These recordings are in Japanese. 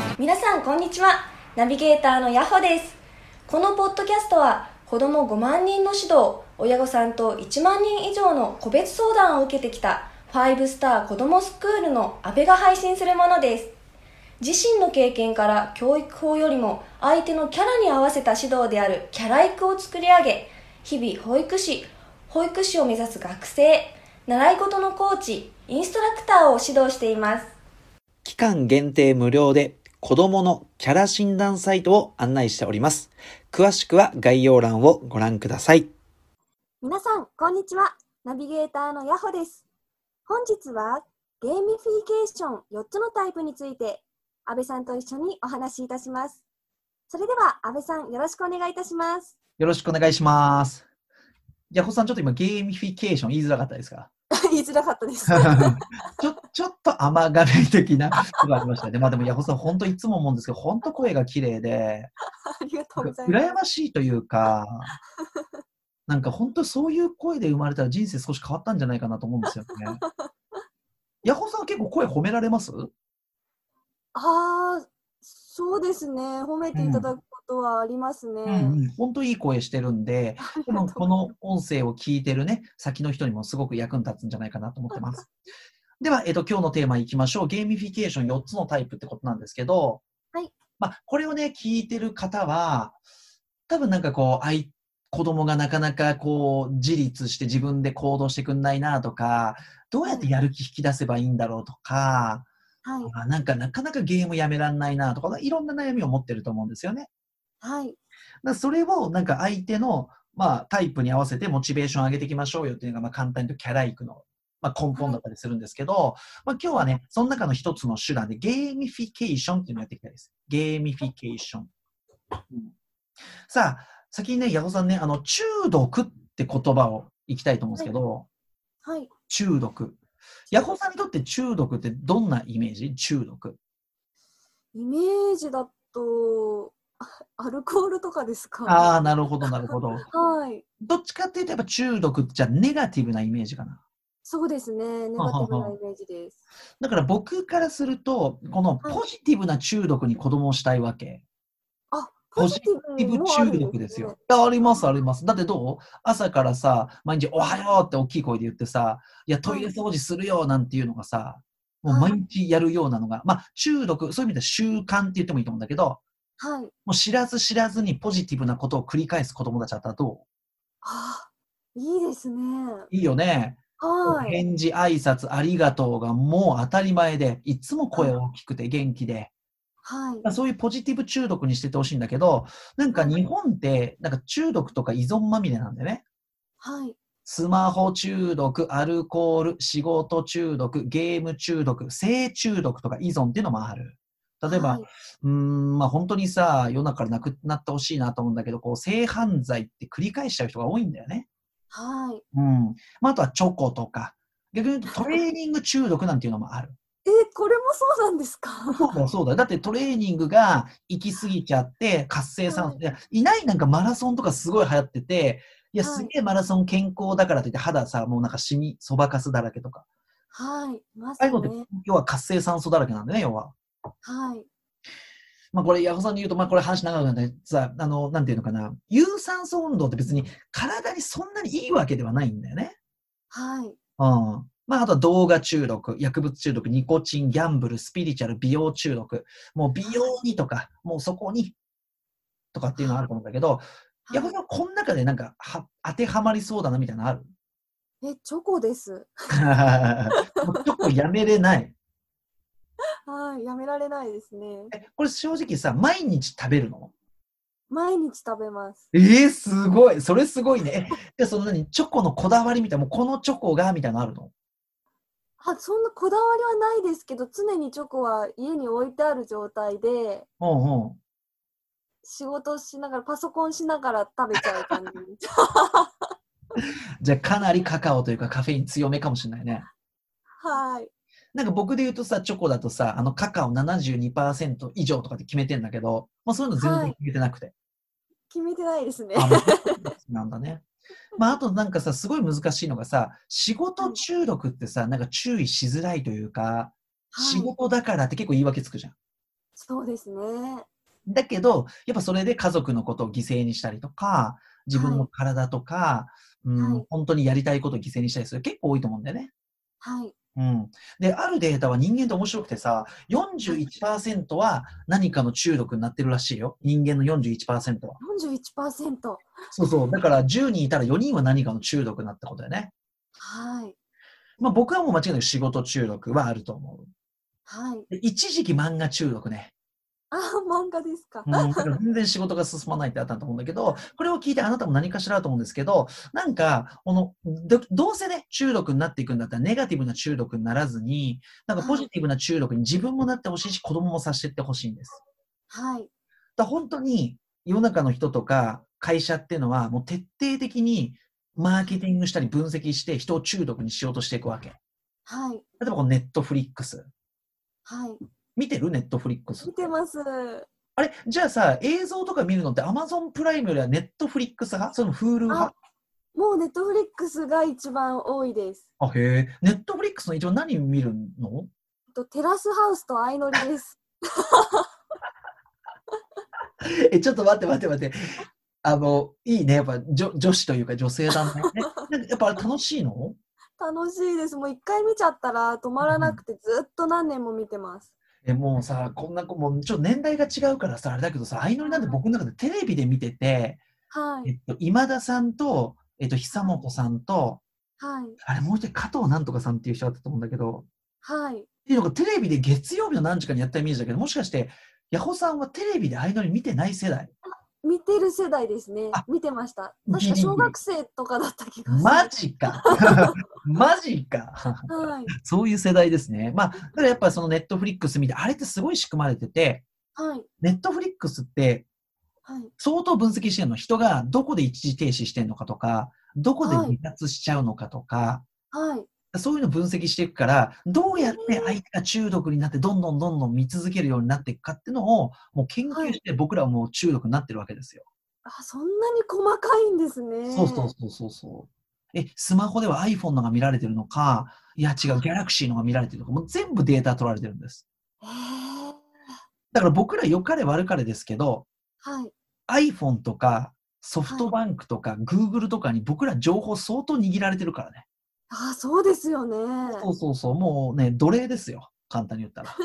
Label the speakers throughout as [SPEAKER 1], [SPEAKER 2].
[SPEAKER 1] こんにちはナビゲーターのヤホですこのポッドキャストは子ども5万人の指導親御さんと1万人以上の個別相談を受けてきた5スター子どもスクールの阿部が配信するものです自身の経験から教育法よりも相手のキャラに合わせた指導であるキャラ育を作り上げ日々保育士保育士を目指す学生習い事のコーチインストラクターを指導しています
[SPEAKER 2] 期間限定無料で子供のキャラ診断サイトを案内しております。詳しくは概要欄をご覧ください。
[SPEAKER 1] 皆さんこんにちはナビゲーターのヤホです本日はゲーミフィケーション4つのタイプについて安倍さんと一緒にお話しいたしますそれでは安倍さんよろしくお願いいたします
[SPEAKER 2] よろしくお願いします。ヤホさん、ちょっと今ゲーミフィケーション言いづらかったです か
[SPEAKER 1] 言いづらかったです
[SPEAKER 2] ちょちょっと甘がみ的なことがありましたね。まあでもヤホさん、本当いつも思うんですけど、本当声が綺麗で、
[SPEAKER 1] ありがとうございます
[SPEAKER 2] 羨ましいというか、なんか本当そういう声で生まれたら人生少し変わったんじゃないかなと思うんですよね。ヤホさんは結構声褒められます
[SPEAKER 1] ああ、そうですね。褒めていただくことはありますね。
[SPEAKER 2] うんうん、本当いい声してるんで、多分この音声を聞いてるね、先の人にもすごく役に立つんじゃないかなと思ってます。では、えっと、今日のテーマいきましょう。ゲーミフィケーション4つのタイプってことなんですけど、
[SPEAKER 1] はい。
[SPEAKER 2] まあ、これをね、聞いてる方は、多分なんかこう、あい子供がなかなかこう、自立して自分で行動してくんないなとか、どうやってやる気引き出せばいいんだろうとか、
[SPEAKER 1] はい、
[SPEAKER 2] あなんかなかなかゲームやめらんないなとか、いろんな悩みを持ってると思うんですよね。
[SPEAKER 1] はい、
[SPEAKER 2] だからそれをなんか相手の、まあ、タイプに合わせてモチベーション上げていきましょうよっていうのが、まあ、簡単に言うとキャラ育の、まあ、根本だったりするんですけど、まあ、今日はね、その中の一つの手段でゲーミフィケーションっていうのをやっていきたいです。ゲーミフィケーション。うんさあ、先にね、矢後さんね、あの、中毒って言葉をいきたいと思うんですけど、
[SPEAKER 1] はい。
[SPEAKER 2] 中毒。矢後さんにとって中毒ってどんなイメージ中毒。
[SPEAKER 1] イメージだと、あアルコールとかですか
[SPEAKER 2] あ あ、なるほど、なるほど。
[SPEAKER 1] はい。
[SPEAKER 2] どっちかっていうと、やっぱ中毒じゃネガティブなイメージかな。
[SPEAKER 1] そうですね。ネガティブなイメージです。
[SPEAKER 2] だから僕からすると、このポジティブな中毒に子供をしたいわけ。
[SPEAKER 1] あ、
[SPEAKER 2] ポ
[SPEAKER 1] ポ
[SPEAKER 2] ジ
[SPEAKER 1] ジ
[SPEAKER 2] テ
[SPEAKER 1] テ
[SPEAKER 2] ィ
[SPEAKER 1] ィブ
[SPEAKER 2] ブ
[SPEAKER 1] もあるん
[SPEAKER 2] 中
[SPEAKER 1] ね
[SPEAKER 2] 毒ですよ。。ああります、あります。だってどう朝からさ、毎日おはようって大きい声で言ってさ、いや、トイレ掃除するよなんていうのがさ、もう毎日やるようなのが、まあ中毒、そういう意味では習慣って言ってもいいと思うんだけど、
[SPEAKER 1] はい。
[SPEAKER 2] もう知らず知らずにポジティブなことを繰り返す子供たちだったらど
[SPEAKER 1] あーいいですね。
[SPEAKER 2] ういいよね。
[SPEAKER 1] はい。
[SPEAKER 2] 返事、挨拶、ありがとうがもう当たり前で、いつも声大きくて元気で。
[SPEAKER 1] はい。
[SPEAKER 2] まあそういうポジティブ中毒にしててほしいんだけど、なんか日本って、なんか中毒とか依存まみれなんだよね。
[SPEAKER 1] はい。
[SPEAKER 2] スマホ中毒、アルコール、仕事中毒、ゲーム中毒、性中毒とか依存っていうのもある。例えば、
[SPEAKER 1] はいう
[SPEAKER 2] ーん、まあ本当にさ、世の中からなくなってほしいなと思うんだけど、こう、性犯罪って繰り返しちゃう人が多いんだよね。
[SPEAKER 1] はい。
[SPEAKER 2] うん。まああとはチョコとか、逆に言うとトレーニング中毒なんていうのもある。
[SPEAKER 1] え、これもそうなんですか
[SPEAKER 2] そうだよそうだよ。だってトレーニングが行き過ぎちゃって、活性酸素、いや、いないなんかマラソンとかすごい流行ってて、いや、
[SPEAKER 1] はい
[SPEAKER 2] すげえマラソン健康だからといって肌さ、もうなんかシミ、そばかすだらけとか。
[SPEAKER 1] はい。ます
[SPEAKER 2] ああい
[SPEAKER 1] ね
[SPEAKER 2] うのって。、要は活性酸素だらけなんだね、要は。
[SPEAKER 1] はい。
[SPEAKER 2] まあこれ、ヤホさんに言うと、まあこれ話長くなってさ、あの、なんていうのかな、有酸素運動って別に体にそんなにいいわけではないんだよね。
[SPEAKER 1] はい。
[SPEAKER 2] うん。まあ、あとは動画中毒、薬物中毒、ニコチン、ギャンブル、スピリチュアル、美容中毒。もう美容にとか、もうそこにとかっていうのはあると思うんだけど、
[SPEAKER 1] はい
[SPEAKER 2] やっぱこの中でなんかは当てはまりそうだなみたいなのあ る
[SPEAKER 1] え、チョコです。
[SPEAKER 2] もうちょっとやめれない。
[SPEAKER 1] はい、やめられないですね。
[SPEAKER 2] えこれ正直さ、毎日食べるの
[SPEAKER 1] 毎日食べます。
[SPEAKER 2] ええすごい。それすごいね。えで、その何、チョコのこだわりみたいな、もうこのチョコがみたいなのあるの
[SPEAKER 1] あ、そんなこだわりはないですけど、常にチョコは家に置いてある状態で、
[SPEAKER 2] うんうん。
[SPEAKER 1] 仕事しながら、パソコンしながら食べちゃう感じ。
[SPEAKER 2] じゃあかなりカカオというかカフェイン強めかもしれないね。
[SPEAKER 1] はい。
[SPEAKER 2] なんか僕で言うとさ、チョコだとさ、あのカカオ72%以上とかって決めてんだけど、まあ、そういうの全然決めて なくて。
[SPEAKER 1] 決めてないですね。
[SPEAKER 2] あもうなんだね。まあ、あとなんかさ、すごい難しいのがさ、仕事中毒ってさ、なんか注意しづらいというか、仕
[SPEAKER 1] はい、
[SPEAKER 2] 事だからって結構言い訳つくじゃん。
[SPEAKER 1] そうですね。
[SPEAKER 2] だけど、やっぱそれで家族のことを犠牲にしたりとか、自分の体と
[SPEAKER 1] はい
[SPEAKER 2] か、うん本当にやりたいことを犠牲にしたりする結構多いと思うんだよね。
[SPEAKER 1] はい。
[SPEAKER 2] うん、で、あるデータは人間って面白くてさ、41%は何かの中毒になってるらしいよ。人間の41%は。
[SPEAKER 1] 41%。
[SPEAKER 2] そうそう。だから10人いたら4人は何かの中毒になったことだよね。
[SPEAKER 1] はい。
[SPEAKER 2] まあ僕はもう間違いなく仕事中毒はあると思
[SPEAKER 1] はい。
[SPEAKER 2] う。で一時期漫画中毒ね。
[SPEAKER 1] あ、漫画ですか。
[SPEAKER 2] うん、だから全然仕事が進まないってあったと思うんだけど、これを聞いてあなたも何かしらだと思うんですけど、なんか、この、どどうせね、中毒になっていくんだったら、ネガティブな中毒にならずに、なんかポジティブな中毒に自分もなってほしいし、子供もさせていってほしいんです。
[SPEAKER 1] はい。
[SPEAKER 2] だから本当に、世の中の人とか会社っていうのは、もう徹底的にマーケティングしたり分析して、人を中毒にしようとしていくわけ。例
[SPEAKER 1] はい。
[SPEAKER 2] えばこのネットフリックス。
[SPEAKER 1] はい。
[SPEAKER 2] 見てるネットフリックス
[SPEAKER 1] 見。てます。
[SPEAKER 2] あれじゃあさ、映像とか見るのって Amazon プライムよりは Netflix 派その Hulu 派
[SPEAKER 1] もうネットフリックスが一番多いです。
[SPEAKER 2] あ、へえ。Netflix の一応何見るの
[SPEAKER 1] あとテラスハウスと相乗り です。
[SPEAKER 2] え、ちょっと待って待って待って。あの、いいね。やっぱ女女子というか女性だね。えなんかやっぱあれ楽しいの
[SPEAKER 1] 楽しいです。もう一回見ちゃったら止まらなくてずっと何年も見てます。
[SPEAKER 2] え、もうさ、こんな子も、ちょっと年代が違うからさ、あれだけどさ、相乗りなんて僕の中でテレビで見てて、
[SPEAKER 1] はい
[SPEAKER 2] え。っと、今田さんと、えっと、久本さんと、
[SPEAKER 1] はい。
[SPEAKER 2] あれもう一人加藤なんとかさんっていう人だったと思うんだけど、
[SPEAKER 1] はい。
[SPEAKER 2] っていうのがテレビで月曜日の何時かにやったイメージだけど、もしかして、ヤホさんはテレビで相乗り見てない世代
[SPEAKER 1] 見てる世代ですね
[SPEAKER 2] あ。
[SPEAKER 1] 見てました。
[SPEAKER 2] ギリギ
[SPEAKER 1] 確
[SPEAKER 2] リ
[SPEAKER 1] か小学生とかだった気がする。
[SPEAKER 2] マジか マジか
[SPEAKER 1] はい。
[SPEAKER 2] そういう世代ですね。まあ、だからやっぱそのネットフリックス見て、あれってすごい仕組まれてて、
[SPEAKER 1] はい。
[SPEAKER 2] ネットフリックスって
[SPEAKER 1] はい。
[SPEAKER 2] 相当分析してるの。人がどこで一時停止してるのかとか、どこで離脱しちゃうのかとか、
[SPEAKER 1] はい。
[SPEAKER 2] そういうの分析していくから、どうやって相手が中毒になって、どんどんどんどん見続けるようになっていくかっていうのを、もう研究して僕らはもう中毒になってるわけですよ。
[SPEAKER 1] あ、そんなに細かいんですね。
[SPEAKER 2] そうそうそうそうそう。え、スマホでは iPhone のが見られてるのか、いや違う、Galaxy のが見られてるのか、もう全部データ取られてるんです。
[SPEAKER 1] へえ
[SPEAKER 2] だから僕ら良かれ悪かれですけど、
[SPEAKER 1] はい。
[SPEAKER 2] iPhone とかソフトバンクとか Google とかに僕ら情報相当握られてるからね。
[SPEAKER 1] あ、そうですよね。
[SPEAKER 2] そうそうそう、もうね、奴隷ですよ。簡単に言ったら。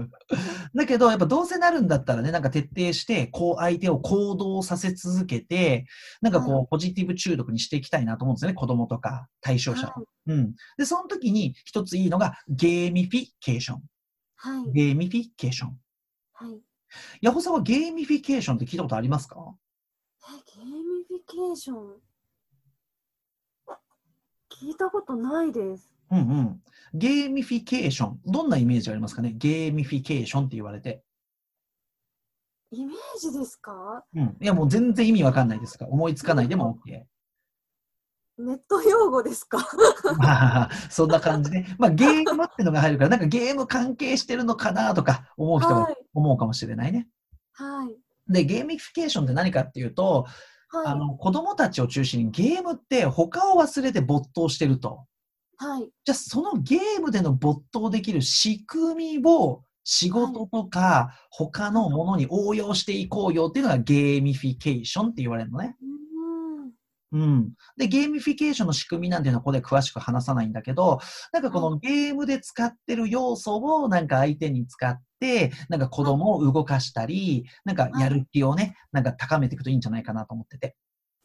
[SPEAKER 2] だけど、やっぱどうせなるんだったらね、なんか徹底して、こう相手を行動させ続けて、なんかこう、ポジティブ中毒にしていきたいなと思うんですよね、子供とか対象者
[SPEAKER 1] はい
[SPEAKER 2] うん。で、その時に一ついいのがゲーミフィケーション。
[SPEAKER 1] はい。
[SPEAKER 2] ゲーミフィケーション。
[SPEAKER 1] はい。
[SPEAKER 2] ヤホさんはゲーミフィケーションって聞いたことありますか
[SPEAKER 1] え、ゲーミフィケーション聞いたことないです。
[SPEAKER 2] うんうん。ゲーミフィケーション。どんなイメージありますかねゲーミフィケーションって言われて。
[SPEAKER 1] イメージですか
[SPEAKER 2] うん。いや、もう全然意味わかんないですから。思いつかないでも OK。
[SPEAKER 1] ネット用語ですか
[SPEAKER 2] まあ、そんな感じで。まあ、ゲームってのが入るから、なんかゲーム関係してるのかなとか思う人
[SPEAKER 1] は
[SPEAKER 2] も
[SPEAKER 1] い。
[SPEAKER 2] 思うかもしれないね。
[SPEAKER 1] はい。
[SPEAKER 2] で、ゲーミフィケーションって何かっていうと、あ
[SPEAKER 1] は
[SPEAKER 2] の、子供たちを中心にゲームって他を忘れて没頭してると。
[SPEAKER 1] い。はい。
[SPEAKER 2] じゃあそのゲームでの没頭できる仕組みを仕事とか他のものに応用していこうよっていうのがゲーミフィケーションって言われるのね。
[SPEAKER 1] うーん。
[SPEAKER 2] うん。で、ゲーミフィケーションの仕組みなんていうのはここで詳しく話さないんだけど、なんかこのゲームで使ってる要素をなんか相手に使って、なんか子供を動かしたり、なんかやる気をね、なんか高めていくといいんじゃないかなと思ってて。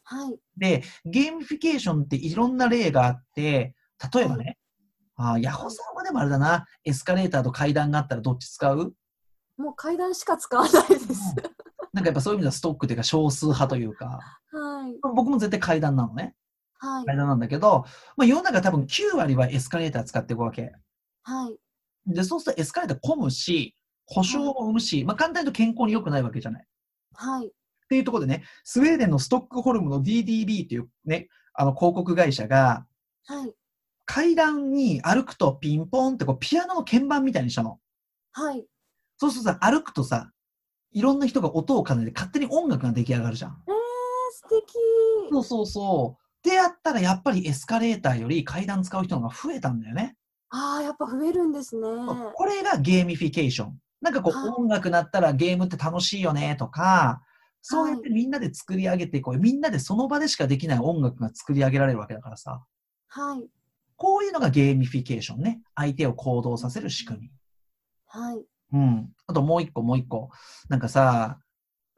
[SPEAKER 1] はい。
[SPEAKER 2] で、ゲーミフィケーションっていろんな例があって、例えばね、あーヤホさんはでもあれだな、エスカレーターと階段があったらどっち使う
[SPEAKER 1] もう階段しか使わないです。
[SPEAKER 2] なんかやっぱそういう意味ではストックというか少数派というか、
[SPEAKER 1] はい。
[SPEAKER 2] 僕も絶対階段なのね。
[SPEAKER 1] はい。
[SPEAKER 2] 階段なんだけど、まあ、世の中多分9割はエスカレーター使っていくわけ。
[SPEAKER 1] はい。
[SPEAKER 2] で、そうするとエスカレーター混むし、故障も生むし、まあ、簡単に言うと健康に良くないわけじゃない。
[SPEAKER 1] はい。
[SPEAKER 2] っていうところでね、スウェーデンのストックホルムの DDB っていうね、あの広告会社が、
[SPEAKER 1] はい。
[SPEAKER 2] 階段に歩くとピンポンってこうピアノの鍵盤みたいにしたの。
[SPEAKER 1] はい。
[SPEAKER 2] そうするとさ、歩くとさ、いろんな人が音を奏でて勝手に音楽が出来上がるじゃん。
[SPEAKER 1] えー、素敵。
[SPEAKER 2] そうそうそう。でやったらやっぱりエスカレーターより階段使う人の方が増えたんだよね。
[SPEAKER 1] ああ、やっぱ増えるんですね。
[SPEAKER 2] これがゲーミフィケーション。なんかこ、
[SPEAKER 1] はいう
[SPEAKER 2] 音楽なったらゲームって楽しいよねとか、そうやってみんなで作り上げていこうよ。みんなでその場でしかできない音楽が作り上げられるわけだからさ。
[SPEAKER 1] はい。
[SPEAKER 2] こういうのがゲーミフィケーションね。相手を行動させる仕組み。
[SPEAKER 1] はい。
[SPEAKER 2] うん。あともう一個、もう一個。なんかさ、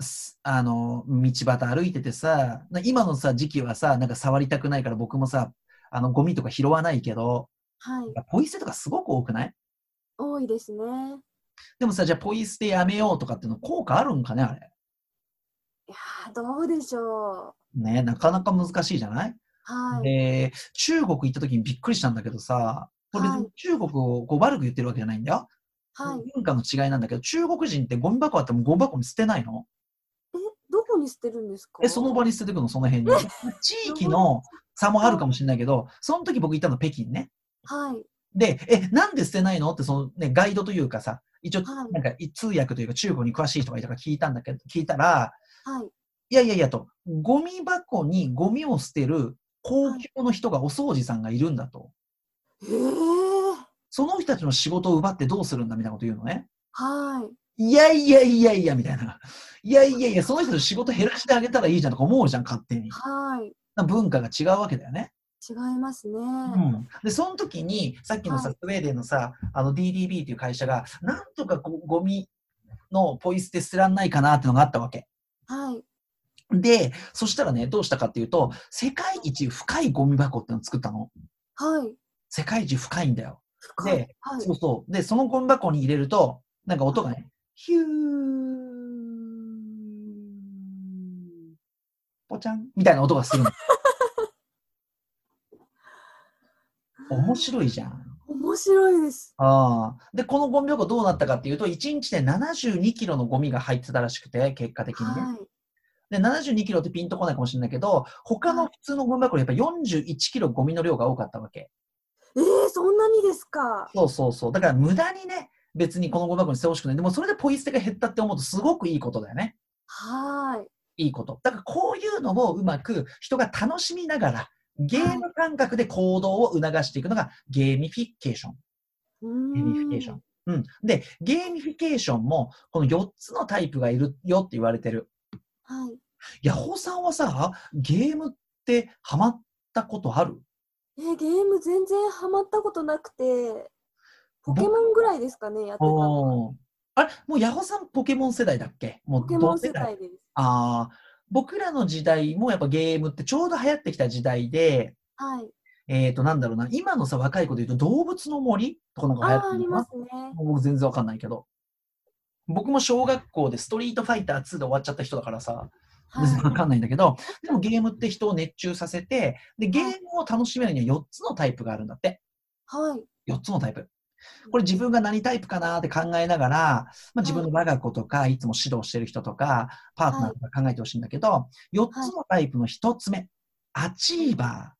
[SPEAKER 2] すあの、道端歩いててさ、な今のさ、時期はさ、なんか触りたくないから僕もさ、あの、ゴミとか拾わないけど、
[SPEAKER 1] はい。
[SPEAKER 2] ポイ捨てとかすごく多くない
[SPEAKER 1] 多いですね。
[SPEAKER 2] でもさ、じゃあポイ捨てやめようとかっていうの効果あるんかねあれ。
[SPEAKER 1] いやーどうでしょう。
[SPEAKER 2] ね、なかなか難しいじゃない
[SPEAKER 1] はい。
[SPEAKER 2] で、中国行った時にびっくりしたんだけどさ、これ別
[SPEAKER 1] はい
[SPEAKER 2] に中国をこう悪く言ってるわけじゃないんだよ。
[SPEAKER 1] はい。
[SPEAKER 2] 文化の違いなんだけど、中国人ってゴミ箱あってもゴミ箱に捨てないの
[SPEAKER 1] え、どこに捨てるんですか
[SPEAKER 2] え、その場に捨ててくの、その辺に。地域の差もあるかもしれないけど、その時僕行ったの北京ね。
[SPEAKER 1] はい。
[SPEAKER 2] で、え、なんで捨てないのって、そのね、ガイドというかさ、一応、
[SPEAKER 1] はい
[SPEAKER 2] なんか通訳というか中国に詳しい人がいたから聞いたんだけど、聞いたら、
[SPEAKER 1] はい。
[SPEAKER 2] いやいやいやと、ゴミ箱にゴミを捨てる公共の人がお掃除さんがいるんだと。
[SPEAKER 1] えー、
[SPEAKER 2] その人たちの仕事を奪ってどうするんだみたいなこと言うのね。
[SPEAKER 1] はい。
[SPEAKER 2] いやいやいやいや、みたいな。いやいやいや、その人の仕事減らしてあげたらいいじゃんとか思うじゃん、勝手に。
[SPEAKER 1] はい。
[SPEAKER 2] 文化が違うわけだよね。
[SPEAKER 1] 違いますね。
[SPEAKER 2] うん、で、その時に、さっきのさ、
[SPEAKER 1] は
[SPEAKER 2] スウェーデンのさ、あの DDB っていう会社が、なんとかこうゴミのポイ捨て捨てらんないかなっていうのがあったわけ。
[SPEAKER 1] はい。
[SPEAKER 2] で、そしたらね、どうしたかっていうと、世界一深いゴミ箱っていうのを作ったの。
[SPEAKER 1] はい。
[SPEAKER 2] 世界一深いんだよ。
[SPEAKER 1] 深い。
[SPEAKER 2] で
[SPEAKER 1] はい
[SPEAKER 2] そ。うそう。で、そのゴミ箱に入れると、なんか音がね、ヒュー、ポチャンみたいな音がするの。面白いじゃん。
[SPEAKER 1] 面白いです。
[SPEAKER 2] ああ。で、このゴミ箱どうなったかっていうと、1日で72キロのゴミが入ってたらしくて、結果的にね。
[SPEAKER 1] はい。
[SPEAKER 2] で、72キロってピンとこないかもしれないけど、他の普通のゴミ箱よりやっぱ41キロゴミの量が多かったわけ。
[SPEAKER 1] えー、そんなにですか
[SPEAKER 2] そうそうそう。だから無駄にね、別にこのゴミ箱にしてほしくない。でもそれでポイ捨てが減ったって思うとすごくいいことだよね。
[SPEAKER 1] はい。
[SPEAKER 2] いいこと。だからこういうのをうまく人が楽しみながら、ゲーム感覚で行動を促していくのがゲーミフィケーション。
[SPEAKER 1] うーん
[SPEAKER 2] ゲーミフィケーション。うん。で、ゲーミフィケーションも、この4つのタイプがいるよって言われてる。
[SPEAKER 1] はい。
[SPEAKER 2] ヤホーさんはさ、ゲームってハマったことある
[SPEAKER 1] えー、ゲーム全然ハマったことなくて、ポケモンぐらいですかね、やってたの。
[SPEAKER 2] おーあれもうヤホーさんポケモン世代だっけもう
[SPEAKER 1] ポケモン世
[SPEAKER 2] 同
[SPEAKER 1] 代です。
[SPEAKER 2] ああ、僕らの時代もやっぱゲームってちょうど流行ってきた時代で、
[SPEAKER 1] はい。
[SPEAKER 2] えっ、と、なんだろうな、今のさ、若い子で言うと動物の森とかなんか流行っ
[SPEAKER 1] ああー、あ
[SPEAKER 2] て
[SPEAKER 1] り
[SPEAKER 2] るのか
[SPEAKER 1] ま
[SPEAKER 2] な
[SPEAKER 1] すね。
[SPEAKER 2] 僕全然わかんないけど。僕も小学校でストリートファイター2で終わっちゃった人だからさ、
[SPEAKER 1] はい。
[SPEAKER 2] わかんないんだけど、でもゲームって人を熱中させて、で、ゲームを楽しめるには4つのタイプがあるんだって。
[SPEAKER 1] はい。
[SPEAKER 2] 4つのタイプ。これ自分が何タイプかなって考えながら、まあ、自分の我が子とか、いつも指導してる人とか、パートナーとか考えてほしいんだけど、4つのタイプの1つ目、アチーバ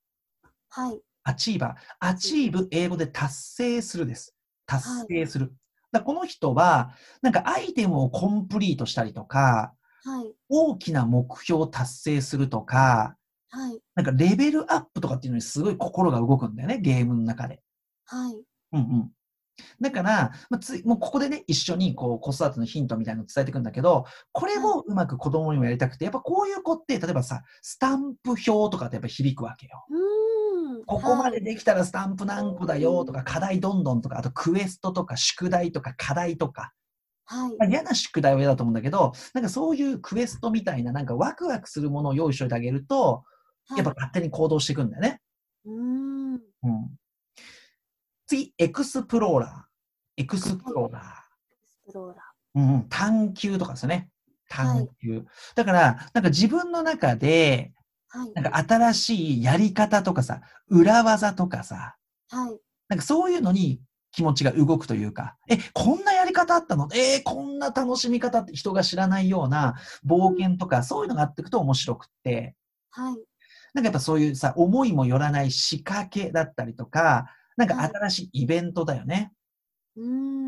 [SPEAKER 2] ー。
[SPEAKER 1] はい。
[SPEAKER 2] アチーバー。アチーブ、英語で達成するです。達成する。だからこの人は、なんかアイテムをコンプリートしたりとか、
[SPEAKER 1] はい。
[SPEAKER 2] 大きな目標を達成するとか、
[SPEAKER 1] はい。
[SPEAKER 2] なんかレベルアップとかっていうのにすごい心が動くんだよね、ゲームの中で。
[SPEAKER 1] はい。
[SPEAKER 2] うんうん。だから、まあ、ついもうここでね、一緒にこう子育てのヒントみたいなのを伝えていくんだけど、これをうまく子供にもやりたくて、やっぱこういう子って、例えばさ、スタンプ表とかってやっぱ響くわけよ。
[SPEAKER 1] うーん。
[SPEAKER 2] ここま
[SPEAKER 1] はい。
[SPEAKER 2] でできたらスタンプ何個だよとか、課題どんどんとか、あとクエストとか宿題とか課題とか、
[SPEAKER 1] はい
[SPEAKER 2] まあ、嫌な宿題は嫌だと思うんだけど、なんかそういうクエストみたいな、なんかワクワクするものを用意しておいてあげると、やっぱ
[SPEAKER 1] はい
[SPEAKER 2] 勝手に行動していくんだよね。
[SPEAKER 1] うーん。
[SPEAKER 2] うん、次、エクスプローラー。エクスプローラー。
[SPEAKER 1] エクスプローラ
[SPEAKER 2] うんうん、探求とかですよね。探求。だから、なんか自分の中で、
[SPEAKER 1] ー。はい。
[SPEAKER 2] なんか新しいやり方とかさ、裏技とかさ、
[SPEAKER 1] はい。
[SPEAKER 2] なんかそういうのに気持ちが動くというか、え、こんなやり方あったのえーこんな楽しみ方って人が知らないような冒険とか、そういうのがあっていくと面白くって、
[SPEAKER 1] はい。
[SPEAKER 2] なんかやっぱそういうさ、思いもよらない仕掛けだったりとか、なんか
[SPEAKER 1] はい
[SPEAKER 2] 新しいイベントだよね。
[SPEAKER 1] うー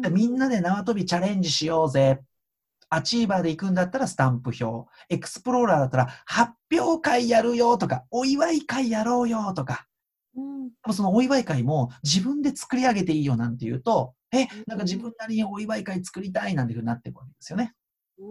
[SPEAKER 1] ん。
[SPEAKER 2] みんなで縄跳びチャレンジしようぜ。アチーバーで行くんだったらスタンプ表。エクスプローラーだったら発表会やるよとか、お祝い会やろうよとか。
[SPEAKER 1] うん。
[SPEAKER 2] でもそのお祝い会も自分で作り上げていいよなんて言うと、え、なんか自分なりにお祝い会作りたいなんていうふうになっていくわけですよね。
[SPEAKER 1] うん。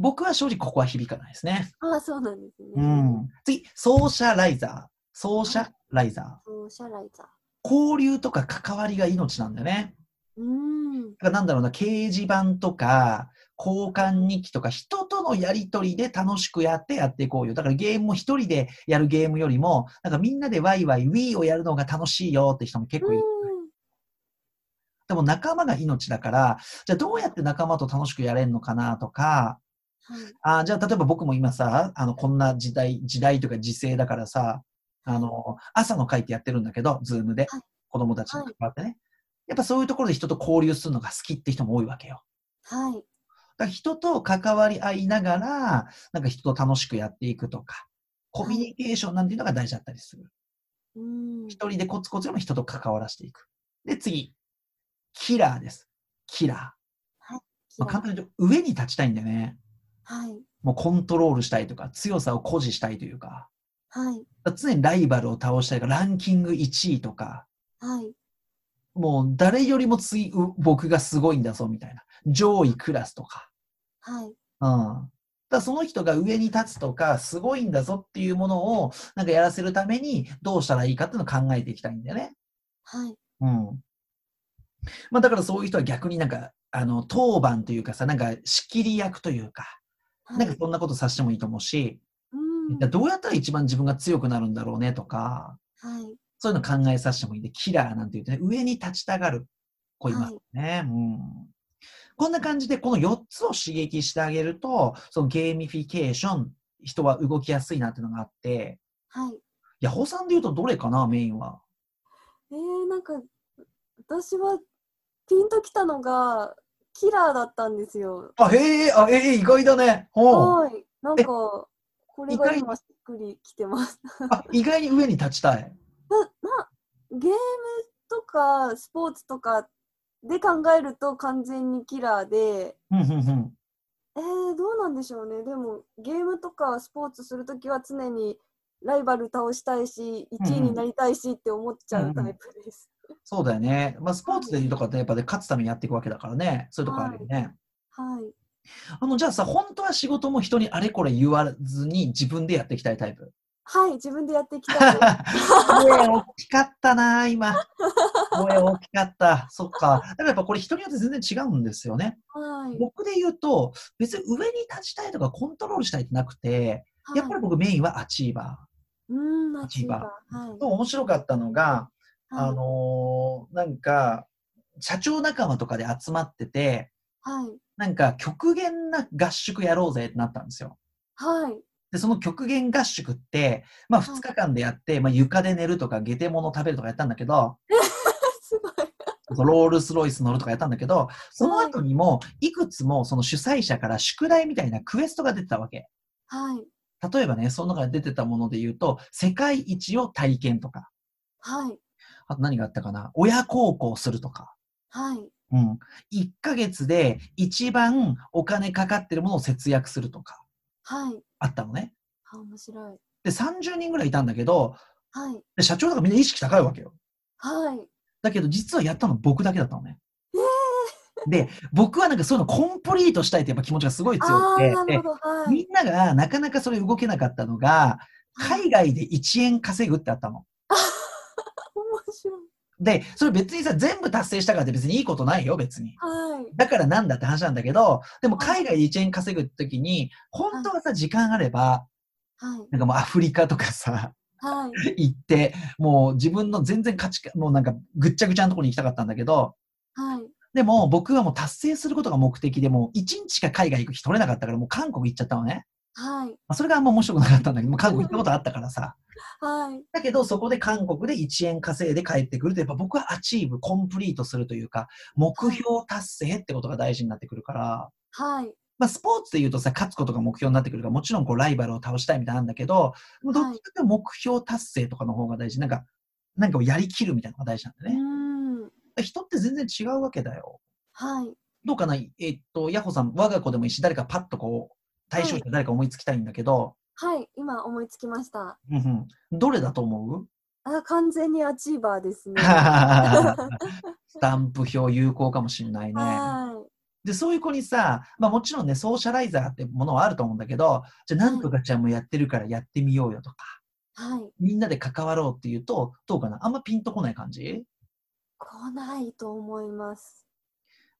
[SPEAKER 2] 僕は正直ここは響かないですね。
[SPEAKER 1] ああ、そうなんですね。
[SPEAKER 2] うん。次、ソーシャライザー。ソーシャライザー。
[SPEAKER 1] そう、シャライザー。
[SPEAKER 2] 交流とか関わりが命なんだよね。
[SPEAKER 1] うん。
[SPEAKER 2] だからなんだろうな、掲示板とか、交換日記とか、人とのやりとりで楽しくやってやっていこうよ。だからゲームも一人でやるゲームよりも、なんかみんなでワイワイ、Wii をやるのが楽しいよって人も結構いる。
[SPEAKER 1] うん。
[SPEAKER 2] でも仲間が命だから、じゃあどうやって仲間と楽しくやれるのかなとか、
[SPEAKER 1] はい。
[SPEAKER 2] あーじゃあ例えば僕も今さ、あの、こんな時代、時代というか時勢だからさ、あの、朝の会ってやってるんだけど、ズームで
[SPEAKER 1] はい、
[SPEAKER 2] 子供たちに関わってね。やっぱそういうところで人と交流するのが好きって人も多いわけよ。
[SPEAKER 1] はい。
[SPEAKER 2] だから人と関わり合いながら、なんか人と楽しくやっていくとか、コミュニケーションなんていうのが大事だったりする。
[SPEAKER 1] うん。
[SPEAKER 2] 一人でコツコツでも人と関わらせていく。で、次。キラーです。キラー。まあ、簡単に言うと上に立ちたいんだよね。
[SPEAKER 1] はい。
[SPEAKER 2] もうコントロールしたいとか、強さを誇示したいというか、
[SPEAKER 1] はい。
[SPEAKER 2] だから常にライバルを倒したいから、ランキング1位とか、
[SPEAKER 1] はい。
[SPEAKER 2] もう誰よりも次、う僕がすごいんだぞみたいな。上位クラスとか。
[SPEAKER 1] はい。
[SPEAKER 2] うんだからその人が上に立つとか、すごいんだぞっていうものを、なんかやらせるために、どうしたらいいかっていうのを考えていきたいんだよね。
[SPEAKER 1] はい。
[SPEAKER 2] うん。まあだからそういう人は逆になんか、あの、当番というかさ、なんか仕切り役というか、
[SPEAKER 1] はい。
[SPEAKER 2] なんかそんなことさせてもいいと思うし、
[SPEAKER 1] うん。
[SPEAKER 2] じゃあどうやったら一番自分が強くなるんだろうねとか、
[SPEAKER 1] はい。
[SPEAKER 2] そういうの考えさせてもいいんで、キラーなんて言ってね、上に立ちたがる子いますね。うん。こんな感じで、この4つを刺激してあげると、そのゲーミフィケーション、人は動きやすいなっていうのがあって、
[SPEAKER 1] はい。
[SPEAKER 2] ヤホーさんで言うとどれかな、メインは。
[SPEAKER 1] えー、なんか、私はピンときたのが、キラーだったんですよ。
[SPEAKER 2] あ、へえ、あ、ええ、意外だね。ほう。
[SPEAKER 1] はい。なんか、これが今しっくりきてます。
[SPEAKER 2] あ、意外に上に立ちたい。
[SPEAKER 1] な、な、ゲームとかスポーツとかで考えると完全にキラーで、
[SPEAKER 2] うん、うん、うん。
[SPEAKER 1] えー、どうなんでしょうね。でも、ゲームとかスポーツするときは常にライバル倒したいし、1位になりたいしって思っちゃうタイプです。
[SPEAKER 2] そうだよね。まあ、スポーツで言うとかって、やっぱね、勝つためにやっていくわけだからね。そういうとこあるよね。
[SPEAKER 1] はい。
[SPEAKER 2] あの、じゃあさ、本当は仕事も人にあれこれ言わずに自分でやっていきたいタイプ。
[SPEAKER 1] はい、自分でやっていきたい です。
[SPEAKER 2] 声大きかったな、今。声大きかった。そっか。だからやっぱこれ人によって全然違うんですよね。
[SPEAKER 1] はい。
[SPEAKER 2] 僕で言うと、別に上に立ちたいとかコントロールしたいってなくて、やっぱ
[SPEAKER 1] はい
[SPEAKER 2] り僕メインはアチーバ
[SPEAKER 1] うん、間違
[SPEAKER 2] 千
[SPEAKER 1] い
[SPEAKER 2] 葉
[SPEAKER 1] は
[SPEAKER 2] ー。
[SPEAKER 1] い。
[SPEAKER 2] と面白かったのが、あ
[SPEAKER 1] はい
[SPEAKER 2] のーなんか、社長仲間とかで集まってて、
[SPEAKER 1] はい。
[SPEAKER 2] なんか極限な合宿やろうぜってなったんですよ。
[SPEAKER 1] はい。
[SPEAKER 2] で、その極限合宿って、まあ2日間でやって、まあ床で寝るとか下手物食べるとかやったんだけど、
[SPEAKER 1] すごい。
[SPEAKER 2] そうロールスロイス乗るとかやったんだけど、その後にも、いくつもその主催者から宿題みたいなクエストが出てたわけ。
[SPEAKER 1] はい。
[SPEAKER 2] 例えばね、その中で出てたもので言うと、世界一を体験とか、
[SPEAKER 1] はい。
[SPEAKER 2] あと何があったかな、親孝行するとか、
[SPEAKER 1] はい。
[SPEAKER 2] うん。1ヶ月で一番お金かかってるものを節約するとか、
[SPEAKER 1] はい。
[SPEAKER 2] あったのね。
[SPEAKER 1] あ、面白い。
[SPEAKER 2] で、30人ぐらいいたんだけど、
[SPEAKER 1] はい。
[SPEAKER 2] で社長とかみんな意識高いわけよ。
[SPEAKER 1] はい。
[SPEAKER 2] だけど、実はやったの僕だけだったのね。で、僕はなんかそういうのコンプリートしたいってやっぱ気持ちがすごい強
[SPEAKER 1] あ
[SPEAKER 2] く
[SPEAKER 1] あ
[SPEAKER 2] て
[SPEAKER 1] ー、、な
[SPEAKER 2] で
[SPEAKER 1] るほど。は
[SPEAKER 2] み
[SPEAKER 1] い。
[SPEAKER 2] んながなかなかそれ動けなかったのが、
[SPEAKER 1] はい。
[SPEAKER 2] 海外で1円稼ぐってあったの。
[SPEAKER 1] 面白い。
[SPEAKER 2] で、それ別にさ、全部達成したからって別にいいことないよ、別に。
[SPEAKER 1] はい。
[SPEAKER 2] だからなんだって話なんだけど、でも海外で1円稼ぐって時に、本当はさ、時間あれば、
[SPEAKER 1] はい。
[SPEAKER 2] なんかもうアフリカとかさ、
[SPEAKER 1] はい。
[SPEAKER 2] 行って、もう自分の全然価値観、もうなんかぐっちゃぐちゃのところに行きたかったんだけど、
[SPEAKER 1] はい。
[SPEAKER 2] でも僕はもう達成することが目的で、もう1日しか海外行く日取れなかったから、もう韓国行っちゃったのね。
[SPEAKER 1] はい。
[SPEAKER 2] まあそれがあんま面白くなかったんだけど、もう韓国行ったことあったからさ。
[SPEAKER 1] はい。
[SPEAKER 2] だけど、そこで韓国で1円稼いで帰ってくると、やっぱ僕はアチーブ、コンプリートするというか、目標達成ってことが大事になってくるから、
[SPEAKER 1] はい。
[SPEAKER 2] まあ、スポーツで言うとさ、勝つことが目標になってくるから、もちろんこうライバルを倒したいみたいなんだけど、どっちかっていうと目標達成とかの方が大事。なんか、なんかをやりきるみたいなのが大事なんだ
[SPEAKER 1] う
[SPEAKER 2] よね。
[SPEAKER 1] ん。
[SPEAKER 2] 人って全然違うわけだよ。
[SPEAKER 1] はい。
[SPEAKER 2] どうかなえっと、ヤホさん、我が子でもいいし、誰かパッとこう、対象者誰か思いつきたいんだけど、
[SPEAKER 1] はい。今思いつきました。
[SPEAKER 2] うんうん、どれだと思う
[SPEAKER 1] あ完全にアチーバーですね。
[SPEAKER 2] スタンプ表有効かもしれないね。
[SPEAKER 1] は
[SPEAKER 2] で、そういう子にさ、まあもちろんね、ソーシャライザーってものはあると思うんだけど、じゃあなんとかちゃんもやってるからやってみようよとか、
[SPEAKER 1] い。はい。
[SPEAKER 2] みんなで関わろうっていうと、どうかなあんまピンとこない感じ
[SPEAKER 1] 来ないと思います。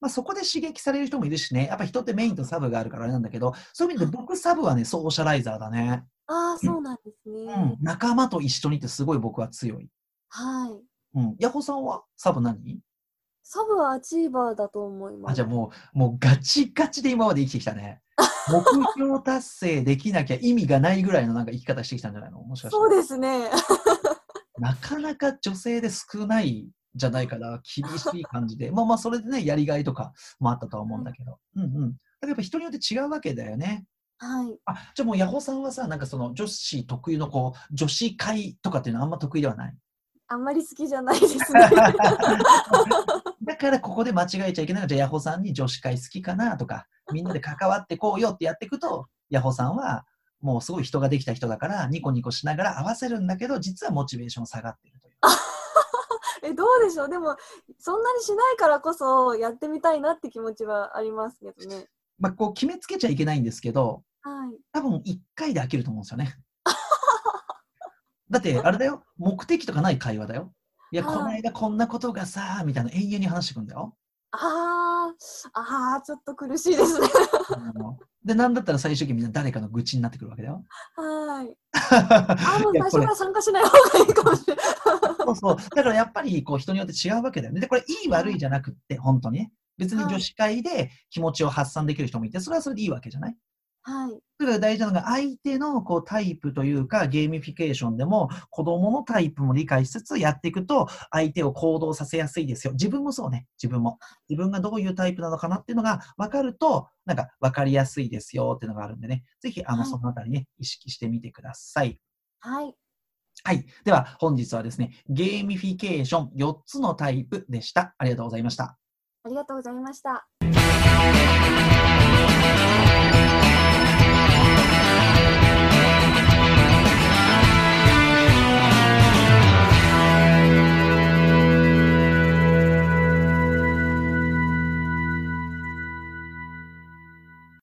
[SPEAKER 2] まあそこで刺激される人もいるしね、やっぱ人ってメインとサブがあるからあれなんだけど、そういう意味で僕サブはね、ソーシャライザーだね。
[SPEAKER 1] ああ、そうなんですね。
[SPEAKER 2] うん。仲間と一緒にってすごい僕は強い。
[SPEAKER 1] はい。
[SPEAKER 2] うん。ヤホさんはサブ何
[SPEAKER 1] サブはアチーバーだと思います。
[SPEAKER 2] あ、じゃあもう、もうガチガチで今まで生きてきたね。目標達成できなきゃ意味がないぐらいのなんか生き方してきたんじゃないのもしかして。
[SPEAKER 1] そうですね。
[SPEAKER 2] なかなか女性で少ないじゃないから、厳しい感じで。まあまあ、それでね、やりがいとかもあったとは思うんだけど。うんうん。だからやっぱ人によって違うわけだよね。
[SPEAKER 1] はい。
[SPEAKER 2] あ、じゃあもう、ヤホさんはさ、なんかその女子特有のこう、女子会とかっていうのはあんま得意ではない。
[SPEAKER 1] あんまり好きじゃないです ね。
[SPEAKER 2] だからここで間違えちゃいけないのじゃあヤホさんに女子会好きかなとか、みんなで関わってこうよってやっていくと、ヤホさんはもうすごい人ができた人だから、ニコニコしながら合わせるんだけど、実はモチベーション下がってるという。
[SPEAKER 1] え、どうでしょうでも、そんなにしないからこそ、やってみたいなって気持ちはありますけどね。
[SPEAKER 2] まあ、こう決めつけちゃいけないんですけど、
[SPEAKER 1] はい。
[SPEAKER 2] 多分1回で飽きると思うんです よね。だって、あれだよ、目的とかない会話だよ。いや、
[SPEAKER 1] はい
[SPEAKER 2] この間こんなことがさ、みたいな永遠に話してくんだよ。
[SPEAKER 1] ああ、ああ、ちょっと苦しいですね。
[SPEAKER 2] あので、なんだったら最終的にみんな誰かの愚痴になってくるわけだよ。
[SPEAKER 1] はい。ああ、もう
[SPEAKER 2] い
[SPEAKER 1] 最
[SPEAKER 2] やこ
[SPEAKER 1] 初
[SPEAKER 2] れ
[SPEAKER 1] から参加しない方がいいかもしれない。
[SPEAKER 2] そうそう。だからやっぱりこう人によって違うわけだよね。で、これいい悪いじゃなくって、本当にね。別に女子会で気持ちを発散できる人もいて、それはそれでいいわけじゃない
[SPEAKER 1] はい。
[SPEAKER 2] だから大事なのが、相手のこうタイプというか、ゲーミフィケーションでも、子供のタイプも理解しつつやっていくと、相手を行動させやすいですよ。自分もそうね。自分も。自分がどういうタイプなのかなっていうのが分かると、なんか分かりやすいですよっていうのがあるんでね。ぜひ、あの、
[SPEAKER 1] はい
[SPEAKER 2] そのあたりね、意識してみてください。
[SPEAKER 1] はい。
[SPEAKER 2] はい。では、本日はですね、ゲーミフィケーション4つのタイプでした。ありがとうございました。
[SPEAKER 1] ありがとうございました。